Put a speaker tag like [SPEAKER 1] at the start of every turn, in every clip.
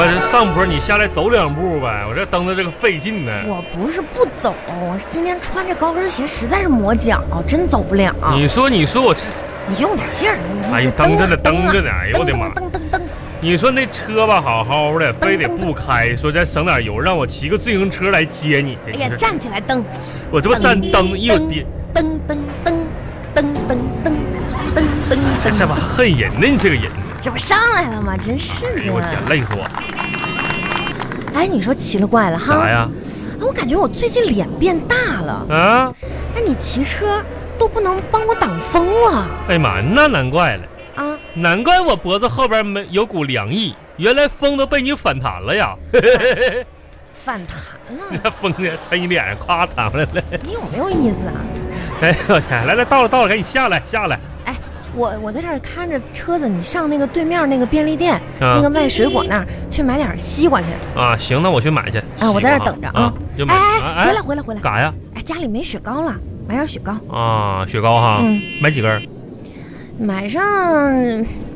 [SPEAKER 1] 哎上坡，你下来走两步呗，我这蹬的这个费劲呢。
[SPEAKER 2] 我不是不走，我是今天穿着高跟鞋实在是磨脚，真走不了。
[SPEAKER 1] 你说，你说我这，
[SPEAKER 2] 你用点劲儿，你
[SPEAKER 1] 哎呀蹬着呢蹬着呢哎呦我的妈
[SPEAKER 2] 蹬蹬蹬，
[SPEAKER 1] 你说那车吧，好好的，非得
[SPEAKER 2] 蹬
[SPEAKER 1] 不开，说再省点油，让我骑个自行车来接你去。
[SPEAKER 2] 哎呀，站起来蹬，
[SPEAKER 1] 我这不站蹬，哎一有别，
[SPEAKER 2] 蹬蹬蹬蹬蹬蹬蹬蹬
[SPEAKER 1] 这
[SPEAKER 2] 蹬，
[SPEAKER 1] 这吧恨人呢，你这个人，
[SPEAKER 2] 这不上来了吗？真
[SPEAKER 1] 哎
[SPEAKER 2] 是
[SPEAKER 1] 呦我
[SPEAKER 2] 的
[SPEAKER 1] 天，。累死我！
[SPEAKER 2] 哎，你说奇了怪了哈？
[SPEAKER 1] 啥呀？
[SPEAKER 2] 哎？我感觉我最近脸变大了。
[SPEAKER 1] 啊，
[SPEAKER 2] 哎，你骑车都不能帮我挡风了
[SPEAKER 1] 哎呀妈，那难怪了，
[SPEAKER 2] 啊！
[SPEAKER 1] 难怪我脖子后边没有股凉意，原来风都被你反弹了呀！
[SPEAKER 2] 反弹了，
[SPEAKER 1] 那风呢，趁你脸上夸弹回来了。
[SPEAKER 2] 你有没有意思啊？
[SPEAKER 1] 哎呦我天，来来，到了到了，赶紧下来下来。
[SPEAKER 2] 哎，我我在这儿看着车子，你上那个对面那个便利店，
[SPEAKER 1] 啊
[SPEAKER 2] 那个卖水果那儿去买点西瓜去。
[SPEAKER 1] 啊，行，那我去买去。
[SPEAKER 2] 哎，我在这儿等着
[SPEAKER 1] 啊，就买。
[SPEAKER 2] 哎
[SPEAKER 1] 啊
[SPEAKER 2] 哎，回来回来回来。
[SPEAKER 1] 干啥呀？
[SPEAKER 2] 哎，家里没雪糕了，买点雪糕，
[SPEAKER 1] 啊，雪糕哈
[SPEAKER 2] 嗯，
[SPEAKER 1] 买几根儿
[SPEAKER 2] 买上，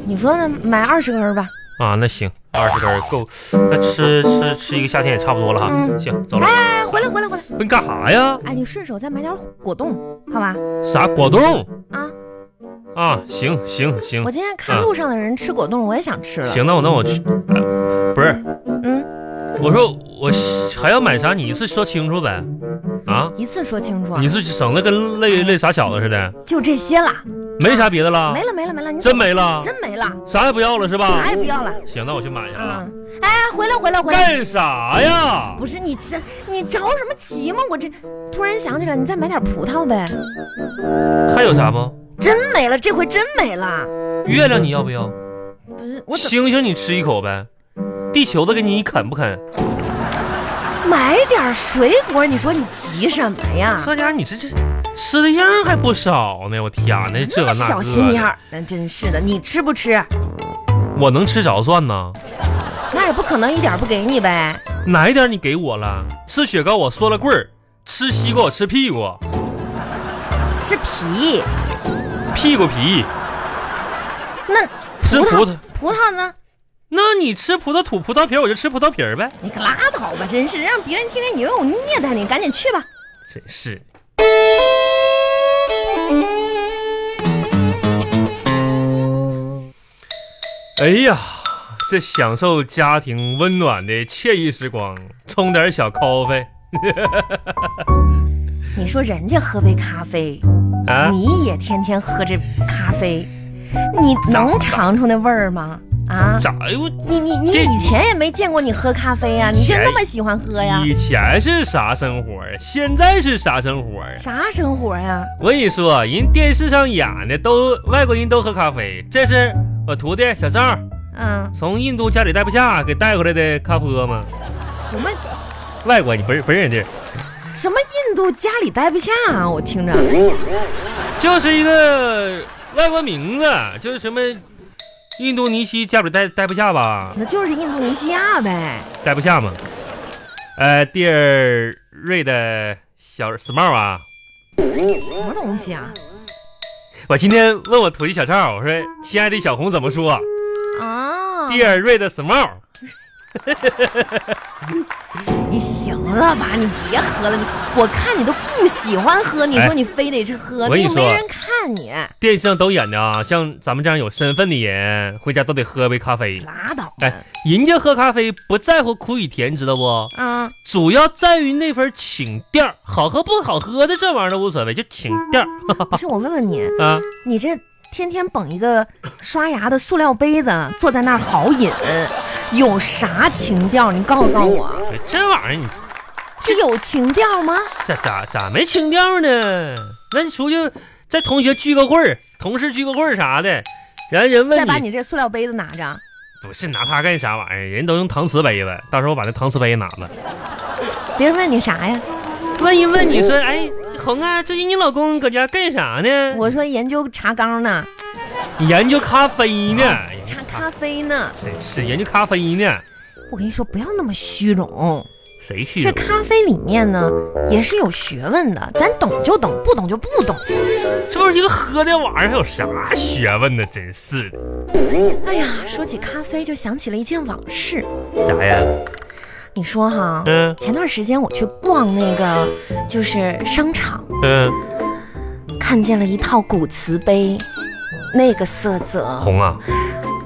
[SPEAKER 2] 你说呢？买二十根儿吧。
[SPEAKER 1] 啊？那行，二十根儿够，那吃吃吃一个夏天也差不多了哈。
[SPEAKER 2] 嗯
[SPEAKER 1] 行，走了。
[SPEAKER 2] 哎，回来回来回来。
[SPEAKER 1] 不是你干啥呀？
[SPEAKER 2] 哎，你顺手再买点果冻，好吧？
[SPEAKER 1] 啥果冻
[SPEAKER 2] 啊，
[SPEAKER 1] 啊？行行行
[SPEAKER 2] 我今天看
[SPEAKER 1] 啊
[SPEAKER 2] 路上的人吃果冻，我也想吃了。
[SPEAKER 1] 行，那我那我去，哎不是，
[SPEAKER 2] 嗯，
[SPEAKER 1] 我说我还要买啥？你一次说清楚呗。啊，
[SPEAKER 2] 一次说清楚啊
[SPEAKER 1] 你，是省得跟累累傻小子似的，
[SPEAKER 2] 就这些了，
[SPEAKER 1] 没啥别的了
[SPEAKER 2] 没，了没了没了，你
[SPEAKER 1] 啊真没了，
[SPEAKER 2] 真没了，
[SPEAKER 1] 啥也不要了是吧
[SPEAKER 2] 啥？也不要了。
[SPEAKER 1] 行，那我去买去了啊
[SPEAKER 2] 啊。，哎，回来回来回来。
[SPEAKER 1] 干啥呀？
[SPEAKER 2] 不是你这你着什么急吗？我这突然想起来，你再买点葡萄呗。
[SPEAKER 1] 还有啥不？
[SPEAKER 2] 真没了，这回真没了。
[SPEAKER 1] 月亮你要不要？
[SPEAKER 2] 不是我怎
[SPEAKER 1] 星星你吃一口呗。地球的给你，你啃不啃？
[SPEAKER 2] 啊么买点水果？你说你急什么呀？
[SPEAKER 1] 这家伙你这这吃的样儿还不少呢，我天哪，这
[SPEAKER 2] 那
[SPEAKER 1] 个啊那
[SPEAKER 2] 小心眼
[SPEAKER 1] 个，
[SPEAKER 2] 儿，那真是的。你吃不吃？
[SPEAKER 1] 我能吃着算呢？
[SPEAKER 2] 那也不可能一点儿不给你呗。
[SPEAKER 1] 哪一点你给我了？吃雪糕我缩了棍儿，吃西瓜我吃屁股，
[SPEAKER 2] 是皮，
[SPEAKER 1] 屁股皮
[SPEAKER 2] 那
[SPEAKER 1] 吃
[SPEAKER 2] 葡
[SPEAKER 1] 葡
[SPEAKER 2] 萄
[SPEAKER 1] 萄。
[SPEAKER 2] 葡萄呢？
[SPEAKER 1] 那你吃葡萄吐葡萄皮儿，我就吃葡萄皮儿呗。
[SPEAKER 2] 你可拉倒吧，真是让别人听见你又有虐待你，赶紧去吧。
[SPEAKER 1] 真是。哎呀，这享受家庭温暖的惬意时光，冲点小 coffee
[SPEAKER 2] 你说人家喝杯咖啡，
[SPEAKER 1] 啊！
[SPEAKER 2] 你也天天喝这咖啡，你能尝出那味儿吗？啊，
[SPEAKER 1] 咋又？
[SPEAKER 2] 你你你
[SPEAKER 1] 这
[SPEAKER 2] 以前也没见过你喝咖啡呀、
[SPEAKER 1] 以
[SPEAKER 2] 你就
[SPEAKER 1] 前
[SPEAKER 2] 那么喜欢喝呀？
[SPEAKER 1] 以前是啥生活啊？现在是啥生活啊？
[SPEAKER 2] 啥生活呀、
[SPEAKER 1] 我跟你说，人电视上演的都外国人都喝咖啡，这是我徒弟小赵
[SPEAKER 2] 嗯，
[SPEAKER 1] 从印度家里带不下给带回来的咖啡吗？
[SPEAKER 2] 什么
[SPEAKER 1] 外国你不是不是人家。
[SPEAKER 2] 什么印度家里待不下啊？我听着，
[SPEAKER 1] 就是一个外国名字，就是什么印度尼西加里待待不下吧，
[SPEAKER 2] 那就是印度尼西亚呗。
[SPEAKER 1] 待不下嘛。呃，第二瑞的小 smart 啊，
[SPEAKER 2] 什么东西啊？
[SPEAKER 1] 我今天问我徒弟小赵，我说亲爱的小红怎么说？
[SPEAKER 2] 啊，
[SPEAKER 1] 第二瑞的 smart，
[SPEAKER 2] 你行了吧？你别喝了，你我看你都不喜欢喝，你
[SPEAKER 1] 哎
[SPEAKER 2] 说你非得去喝，
[SPEAKER 1] 我跟
[SPEAKER 2] 你
[SPEAKER 1] 你
[SPEAKER 2] 又没
[SPEAKER 1] 说
[SPEAKER 2] 人看你，
[SPEAKER 1] 电视上都演的啊，像咱们这样有身份的人，回家都得喝杯咖啡。
[SPEAKER 2] 拉倒吧。
[SPEAKER 1] 哎，人家喝咖啡不在乎苦与甜，知道不？
[SPEAKER 2] 啊，
[SPEAKER 1] 主要在于那份情调儿，好喝不好喝的这玩意儿都无所谓，就情调儿
[SPEAKER 2] 不是我问问你，
[SPEAKER 1] 啊。
[SPEAKER 2] 你这天天捧一个刷牙的塑料杯子坐在那儿好饮，有啥情调？你告诉告诉我，
[SPEAKER 1] 哎这玩意儿你
[SPEAKER 2] 这有情调吗？
[SPEAKER 1] 咋咋咋没情调呢？那你出去在同学聚个会儿，同事聚个会儿啥的，然后人
[SPEAKER 2] 再
[SPEAKER 1] 问
[SPEAKER 2] 把
[SPEAKER 1] 你
[SPEAKER 2] 你这塑料杯子拿着，
[SPEAKER 1] 不是拿它干啥玩意儿？人都用搪瓷杯子，到时候我把那搪瓷杯拿了，
[SPEAKER 2] 别人问你啥呀？
[SPEAKER 1] 问一问你说，哎，红啊，最近你老公搁家干啥呢？
[SPEAKER 2] 我说研究茶缸呢，
[SPEAKER 1] 你研究咖啡呢？
[SPEAKER 2] 啊
[SPEAKER 1] 嗯
[SPEAKER 2] 茶咖啡呢。
[SPEAKER 1] 是是研究咖啡呢？
[SPEAKER 2] 我跟你说，不要那么虚荣，
[SPEAKER 1] 谁虚
[SPEAKER 2] 这
[SPEAKER 1] 荣？
[SPEAKER 2] 咖啡里面呢也是有学问的，咱懂就懂，不懂就不懂。
[SPEAKER 1] 这玩意儿一个喝的玩意儿还有啥学问呢？真是的，
[SPEAKER 2] 哎呀，说起咖啡就想起了一件往事。
[SPEAKER 1] 啥呀？
[SPEAKER 2] 你说哈，
[SPEAKER 1] 嗯
[SPEAKER 2] 前段时间我去逛那个就是商场，
[SPEAKER 1] 嗯，
[SPEAKER 2] 看见了一套古瓷杯，那个色泽，
[SPEAKER 1] 红啊，
[SPEAKER 2] 嗯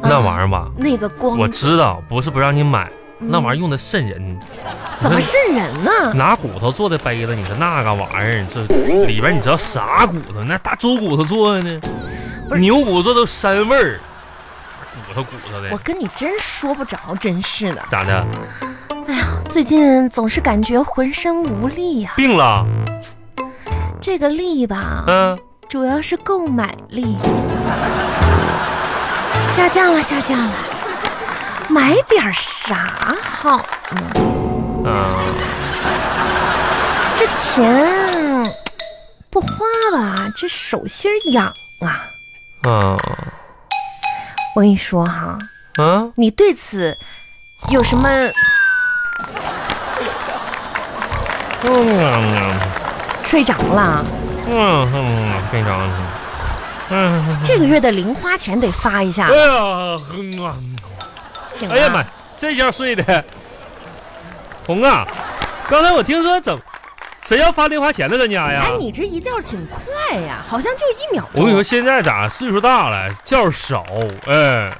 [SPEAKER 1] 那玩意儿吧，
[SPEAKER 2] 那个光，
[SPEAKER 1] 我知道不是不让你买，
[SPEAKER 2] 嗯
[SPEAKER 1] 那玩意儿用的瘆人。
[SPEAKER 2] 怎么瘆人呢？
[SPEAKER 1] 拿骨头做的杯子，你说那个玩意儿，这里边你知道啥骨头？那大猪骨头做的呢
[SPEAKER 2] 不，是
[SPEAKER 1] 牛骨做都膻味儿，骨头骨头
[SPEAKER 2] 我
[SPEAKER 1] 的，
[SPEAKER 2] 跟你真说不着，真是的。
[SPEAKER 1] 咋的？
[SPEAKER 2] 最近总是感觉浑身无力呀、
[SPEAKER 1] 病了？
[SPEAKER 2] 这个力吧，
[SPEAKER 1] 嗯、
[SPEAKER 2] 主要是购买力下降了，下降了。买点儿啥好？
[SPEAKER 1] 啊，
[SPEAKER 2] 这钱不花吧，这手心儿痒啊！
[SPEAKER 1] 啊，
[SPEAKER 2] 我跟你说哈、
[SPEAKER 1] 啊，
[SPEAKER 2] 你对此有什么？
[SPEAKER 1] 嗯
[SPEAKER 2] 睡着了？
[SPEAKER 1] 嗯嗯，非常，嗯，
[SPEAKER 2] 这个月的零花钱得发一下
[SPEAKER 1] 哎，呀，嗯啊，
[SPEAKER 2] 行啊
[SPEAKER 1] 哎呀妈
[SPEAKER 2] 了。，
[SPEAKER 1] 这觉睡的，红啊，刚才我听说怎，谁要发零花钱了咱家呀？
[SPEAKER 2] 哎，你这一觉挺快呀，好像就一秒
[SPEAKER 1] 我
[SPEAKER 2] 钟。
[SPEAKER 1] 跟你说，现在咋岁数大了，觉儿少，哎，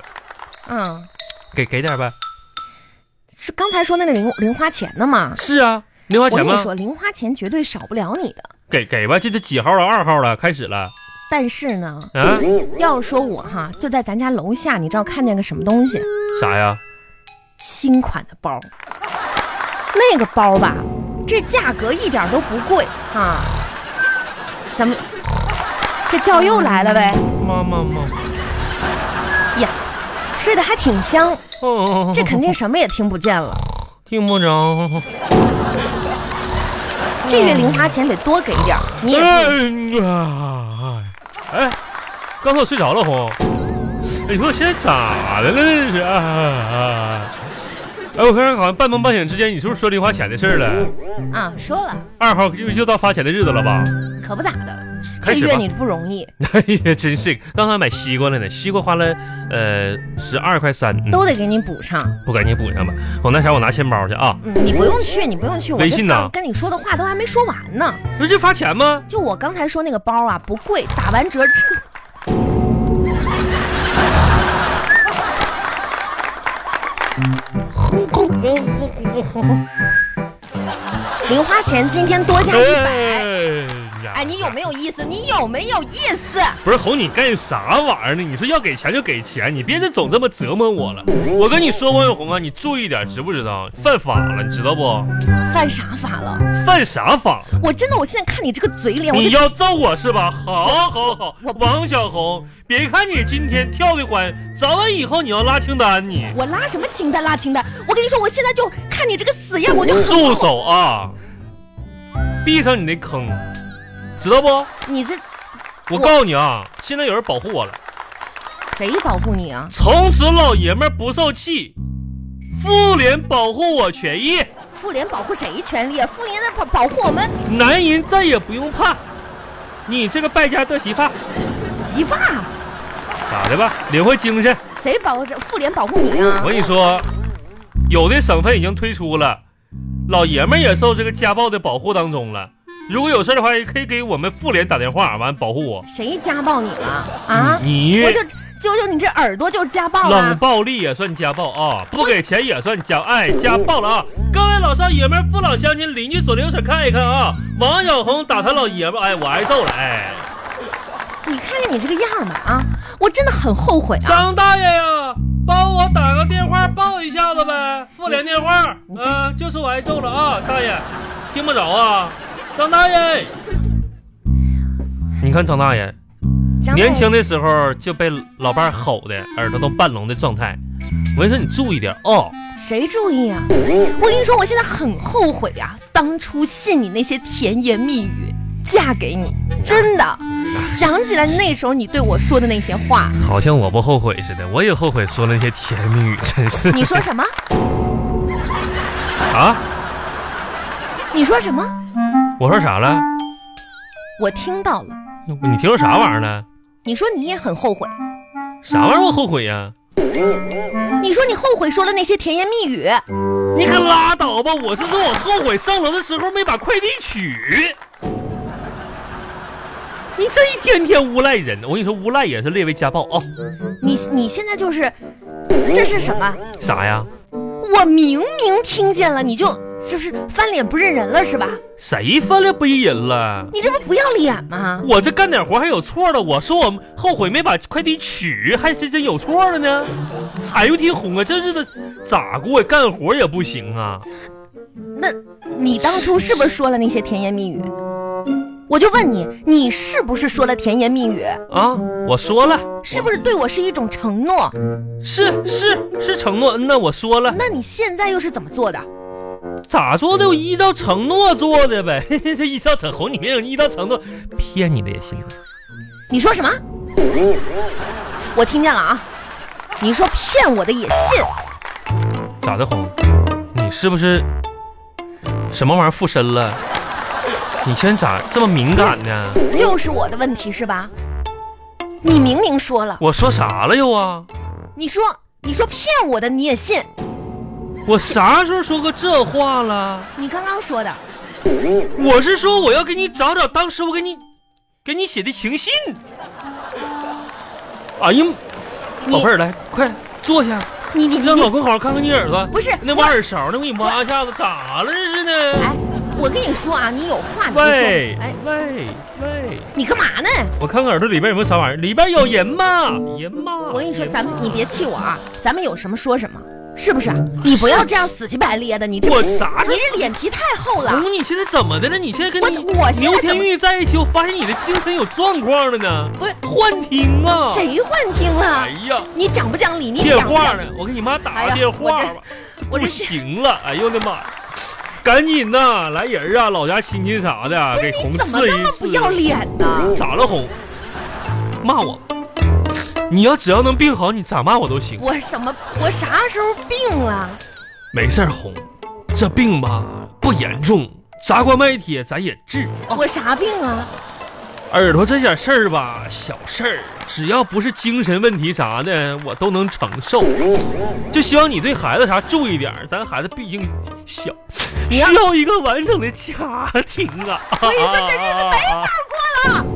[SPEAKER 2] 嗯，
[SPEAKER 1] 给给点呗。
[SPEAKER 2] 是刚才说那个零零花钱的嘛？
[SPEAKER 1] 是啊，零花
[SPEAKER 2] 我
[SPEAKER 1] 钱
[SPEAKER 2] 跟你
[SPEAKER 1] 吗？
[SPEAKER 2] 说，零花钱绝对少不了你的。
[SPEAKER 1] 给给吧，这都几号了？二号了，开始了
[SPEAKER 2] 但是呢，
[SPEAKER 1] 啊？
[SPEAKER 2] 要说我哈，就在咱家楼下，你知道看见个什么东西？
[SPEAKER 1] 啥呀？
[SPEAKER 2] 新款的包，那个包吧，这价格一点都不贵啊。咱们这觉又来了呗，
[SPEAKER 1] 妈妈妈，
[SPEAKER 2] 睡得还挺香，
[SPEAKER 1] 哦，
[SPEAKER 2] 这肯定什么也听不见了。
[SPEAKER 1] 听不着。
[SPEAKER 2] 这月零花钱得多给点儿，你也不
[SPEAKER 1] 哎啊！哎，刚才我睡着了，红。哎，你说我现在咋的了？这是啊啊！哎，我看好像半梦半醒之间，你是不是说零花钱的事儿了？
[SPEAKER 2] 啊，说了
[SPEAKER 1] 二号又又到发钱的日子了吧？
[SPEAKER 2] 可不咋的，这
[SPEAKER 1] 开始吧
[SPEAKER 2] 月。你不容易，
[SPEAKER 1] 哎呀，真是，刚才买西瓜了呢，西瓜花了呃十二块三，嗯
[SPEAKER 2] 都得给你补上。
[SPEAKER 1] 不赶紧补上吧。我那啥，我拿钱包去啊。
[SPEAKER 2] 嗯，你不用去，你不用去，我
[SPEAKER 1] 微
[SPEAKER 2] 这
[SPEAKER 1] 信呢
[SPEAKER 2] 刚跟你说的话都还没说完呢。
[SPEAKER 1] 不是发钱吗？
[SPEAKER 2] 就我刚才说那个包啊，不贵，打完折 只。嗯零花钱今天多加一百，
[SPEAKER 1] 哎呀
[SPEAKER 2] 哎，你有没有意思？你有没有意思？
[SPEAKER 1] 不是哄你干啥玩意儿呢？你说要给钱就给钱，你别再总这么折磨我了。我跟你说，王永红啊，你注意点，知不知道？犯法了，你知道不？
[SPEAKER 2] 犯啥法了？
[SPEAKER 1] 犯啥法？
[SPEAKER 2] 我真的，我现在看你这个嘴脸，哎我
[SPEAKER 1] 你
[SPEAKER 2] 就
[SPEAKER 1] 要揍我是吧？好，好，好
[SPEAKER 2] 我，不
[SPEAKER 1] 王小红，别看你今天跳的欢，早晚以后你要拉清单你。
[SPEAKER 2] 我拉什么清单拉清单？我跟你说，我现在就看你这个死样，我就
[SPEAKER 1] 住！手啊！闭上你那坑，知道不？
[SPEAKER 2] 你这
[SPEAKER 1] 我告诉你啊，现在有人保护我了，
[SPEAKER 2] 谁保护你啊？
[SPEAKER 1] 从此老爷们儿不受气。妇联保护我权益，
[SPEAKER 2] 妇联保护谁权利啊？妇联在保保护我们
[SPEAKER 1] 男人再也不用怕你这个败家的媳妇儿，
[SPEAKER 2] 媳妇儿，啊
[SPEAKER 1] 咋的吧？领会精神。
[SPEAKER 2] 谁保护妇联保护你啊
[SPEAKER 1] 我？跟你说，有的省份已经推出了，老爷们儿也受这个家暴的保护当中了。如果有事儿的话，也可以给我们妇联打电话，完保护我。
[SPEAKER 2] 谁家暴你了啊？
[SPEAKER 1] 你
[SPEAKER 2] 我就揪揪你这耳朵就是家暴
[SPEAKER 1] 冷
[SPEAKER 2] 了。
[SPEAKER 1] 暴力也算家暴啊，不给钱也算家哎家暴了啊！各位老少爷们儿、父老乡亲、邻居左邻右舍看一看啊！王小红打他老爷们儿，哎，我挨揍了，哎，
[SPEAKER 2] 你看看你这个样吧啊！我真的很后悔啊！
[SPEAKER 1] 张大爷呀，帮我打个电话报一下子呗，妇联电话，啊、就是我挨揍了啊，大爷，听不着啊，张大爷，你看张大爷
[SPEAKER 2] 张大爷
[SPEAKER 1] 年轻的时候就被老伴儿吼的耳朵都半聋的状态，我跟你说你注意点哦。
[SPEAKER 2] 谁注意啊？我跟你说，我现在很后悔啊，当初信你那些甜言蜜语，嫁给你，真的。 想起来那时候你对我说的那些话，
[SPEAKER 1] 好像我不后悔似的，我也后悔说了那些甜言蜜语，真是
[SPEAKER 2] 你说什么？
[SPEAKER 1] 啊？
[SPEAKER 2] 你说什么？
[SPEAKER 1] 我说啥了？
[SPEAKER 2] 我听到了。
[SPEAKER 1] 你听说啥玩意儿了？
[SPEAKER 2] 你说你也很后悔，
[SPEAKER 1] 啥玩意儿我后悔呀、
[SPEAKER 2] 你说你后悔说了那些甜言蜜语，
[SPEAKER 1] 你可拉倒吧！我是说我后悔上楼的时候没把快递取。你这一天天诬赖人，我跟你说，诬赖也是列为家暴啊、
[SPEAKER 2] 你你现在就是，这是什么？
[SPEAKER 1] 啥呀？
[SPEAKER 2] 我明明听见了，你就就是翻脸不认人了是吧？
[SPEAKER 1] 谁翻脸不认人了？
[SPEAKER 2] 你这不不要脸吗？
[SPEAKER 1] 我这干点活还有错了？我说我后悔没把快递取，还真真有错了呢？哎呦我天红啊，这日子咋过呀？干活也不行啊？
[SPEAKER 2] 那你当初是不是说了那些甜言蜜语？我就问你，你是不是说了甜言蜜语？
[SPEAKER 1] 啊，我说了，
[SPEAKER 2] 是不是对我是一种承诺？
[SPEAKER 1] 是是是承诺，嗯呐，我说了，
[SPEAKER 2] 那你现在又是怎么做的？
[SPEAKER 1] 咋做的？我依照承诺做的呗。 这依照承红，你别有依照承诺骗你的啊也行。
[SPEAKER 2] 你说什么？我听见了啊！你说骗我的也信？
[SPEAKER 1] 咋的红？你是不是什么玩意儿附身了？你现在咋这么敏感呢？
[SPEAKER 2] 又是我的问题是吧？你明明说了，
[SPEAKER 1] 我说啥了又啊？
[SPEAKER 2] 你说你说骗我的你也信？
[SPEAKER 1] 我啥时候说过这话了？
[SPEAKER 2] 你刚刚说的，
[SPEAKER 1] 我是说我要给你找找当时我给你给你写的情信。哎呀，
[SPEAKER 2] 你
[SPEAKER 1] 宝贝儿，来快坐下，
[SPEAKER 2] 你你你
[SPEAKER 1] 让老
[SPEAKER 2] 你，
[SPEAKER 1] 公好好看看你耳朵。
[SPEAKER 2] 不是
[SPEAKER 1] 那挖耳勺呢，我给你挖一下子，咋了这是呢？
[SPEAKER 2] 哎，我跟你说啊，你有话你就说，
[SPEAKER 1] 喂
[SPEAKER 2] 哎，
[SPEAKER 1] 喂喂，
[SPEAKER 2] 你干嘛呢？
[SPEAKER 1] 我看看耳朵里边有没有啥玩意儿，里边有人吗？人吗？
[SPEAKER 2] 我跟你说，
[SPEAKER 1] 人
[SPEAKER 2] 咱们你别气我啊，咱们有什么说什么，是不是？你不要这样死乞白咧的，你这
[SPEAKER 1] 我啥时
[SPEAKER 2] 你
[SPEAKER 1] 候
[SPEAKER 2] 这脸皮太厚了。
[SPEAKER 1] 红，你现在怎么的了？你现在跟
[SPEAKER 2] 啊我
[SPEAKER 1] 你
[SPEAKER 2] 我现在
[SPEAKER 1] 牛
[SPEAKER 2] 怎
[SPEAKER 1] 天
[SPEAKER 2] 么
[SPEAKER 1] 玉在一起，我发现你的精神有状况了呢。
[SPEAKER 2] 不是
[SPEAKER 1] 幻听啊！
[SPEAKER 2] 谁幻听了
[SPEAKER 1] 哎？呀，
[SPEAKER 2] 你讲不讲理？你
[SPEAKER 1] 电
[SPEAKER 2] 讲不
[SPEAKER 1] 话
[SPEAKER 2] 讲？
[SPEAKER 1] 呢？我给你妈
[SPEAKER 2] 哎
[SPEAKER 1] 打
[SPEAKER 2] 呀
[SPEAKER 1] 个电话吧，
[SPEAKER 2] 我这
[SPEAKER 1] 不行了！哎呦我的妈呀！赶紧呐，来人啊，老家亲戚啥的，啊
[SPEAKER 2] 不
[SPEAKER 1] 给
[SPEAKER 2] 是
[SPEAKER 1] 红
[SPEAKER 2] 哎你怎么
[SPEAKER 1] 治
[SPEAKER 2] 那
[SPEAKER 1] 一啊
[SPEAKER 2] 么不
[SPEAKER 1] 治。
[SPEAKER 2] 要脸呢？
[SPEAKER 1] 咋了红？骂我？你要只要能病好，你咋骂我都行。
[SPEAKER 2] 我什么？我啥时候病了？
[SPEAKER 1] 没事儿，红，这病吧不严重，砸锅卖铁咱也治。
[SPEAKER 2] 我啥病啊？
[SPEAKER 1] 耳朵这点事儿吧，小事儿，只要不是精神问题啥的，我都能承受。就希望你对孩子啥注意点儿，咱孩子毕竟小，
[SPEAKER 2] 你
[SPEAKER 1] 需
[SPEAKER 2] 要
[SPEAKER 1] 要一个完整的家庭啊。
[SPEAKER 2] 啊我跟你说，这日子没法过了。